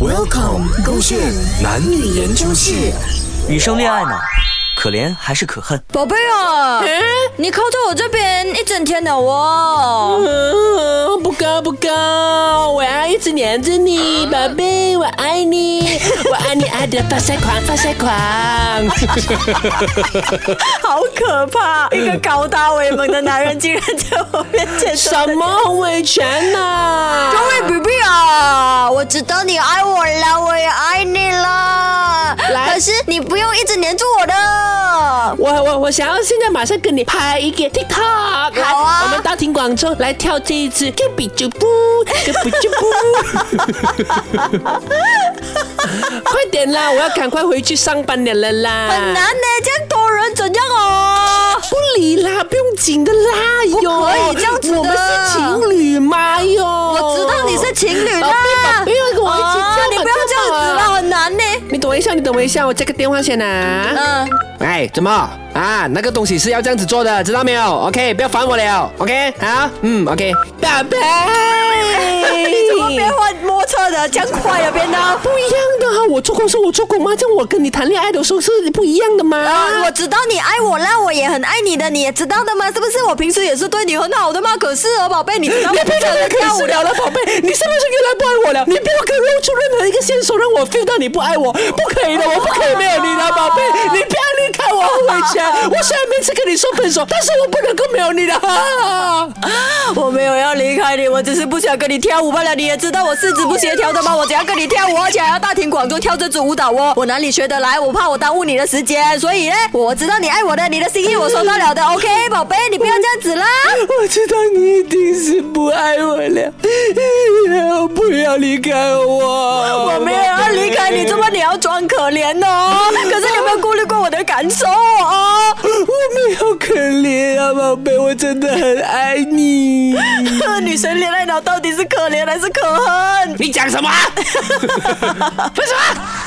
Welcome，勾线男女研究室。女生恋爱脑，可怜还是可恨？宝贝啊，你靠在我这边一整天了哦。嗯，不够不够，我要一直黏着你，嗯宝贝，我爱你，我爱你，爱的发晒狂，发 晒狂。好可怕！一个高大威猛的男人竟然在我面前说什么维权呐、各位 b b 啊，我知道你爱我了，我也爱你了。来可是你不用一直黏住我的。我我我想要现在马上跟你拍一个 TikTok，来，好啊我们大庭广众来跳这一支 K 比就不 K 比就不， 快点啦，我要赶快回去上班了了啦，很难呢，这样多人怎样哦？不理啦，不用紧的啦，不哟可以这样子的我们是情侣嘛哟。我知道你是情侣啦宝贝，宝贝要跟我一起啊叫你不要这样子啦，很难呢。你等我一下，你等我一下，我接个电话先啊。嗯，。哎，怎么啊？那个东西是要这样子做的，知道没有？OK，不要烦我了。OK，好，嗯，OK，宝哎贝你怎么变换摩擦的？这样快啊，变得。不一样的啊？我做工是我做工吗？这样我跟你谈恋爱的时候是不一样的吗？啊，我知道你爱我啦，我也很爱你的，你也知道的嘛，是不是？我平时也是对你很好的嘛。可是哦，宝贝，你知 道我你不别晓跟得我跳跳舞舞的了了，宝贝，你是不是原来不爱我了？你不要给我露出任何一个线索，让我 feel 到你不爱我，不可以的，我不可以没有你的，宝贝，你不要离开我，我回家。我虽然每次跟你说分手，但是我不能够没有你的。啊我没有要离开你，我只是不想跟你跳舞罢了。你也知道我四肢不协调的嘛，我怎样跟你跳舞，而且还要大庭广众跳这支舞蹈哦。我哪里学得来？我怕我耽误你的时间，所以呢，我知道你爱我的，你的心意我收到了的。OK，宝贝，你不要这样子啦。我知道你一定是不爱我了，不要离开我。我没有要离开你，怎么你要装可怜哦？可是你有没有顾虑过我的感受哦？我没有可怜啊，宝贝，我真的很爱你。 女生恋爱脑到底是可怜还是可恨？你讲什么啊？为什么？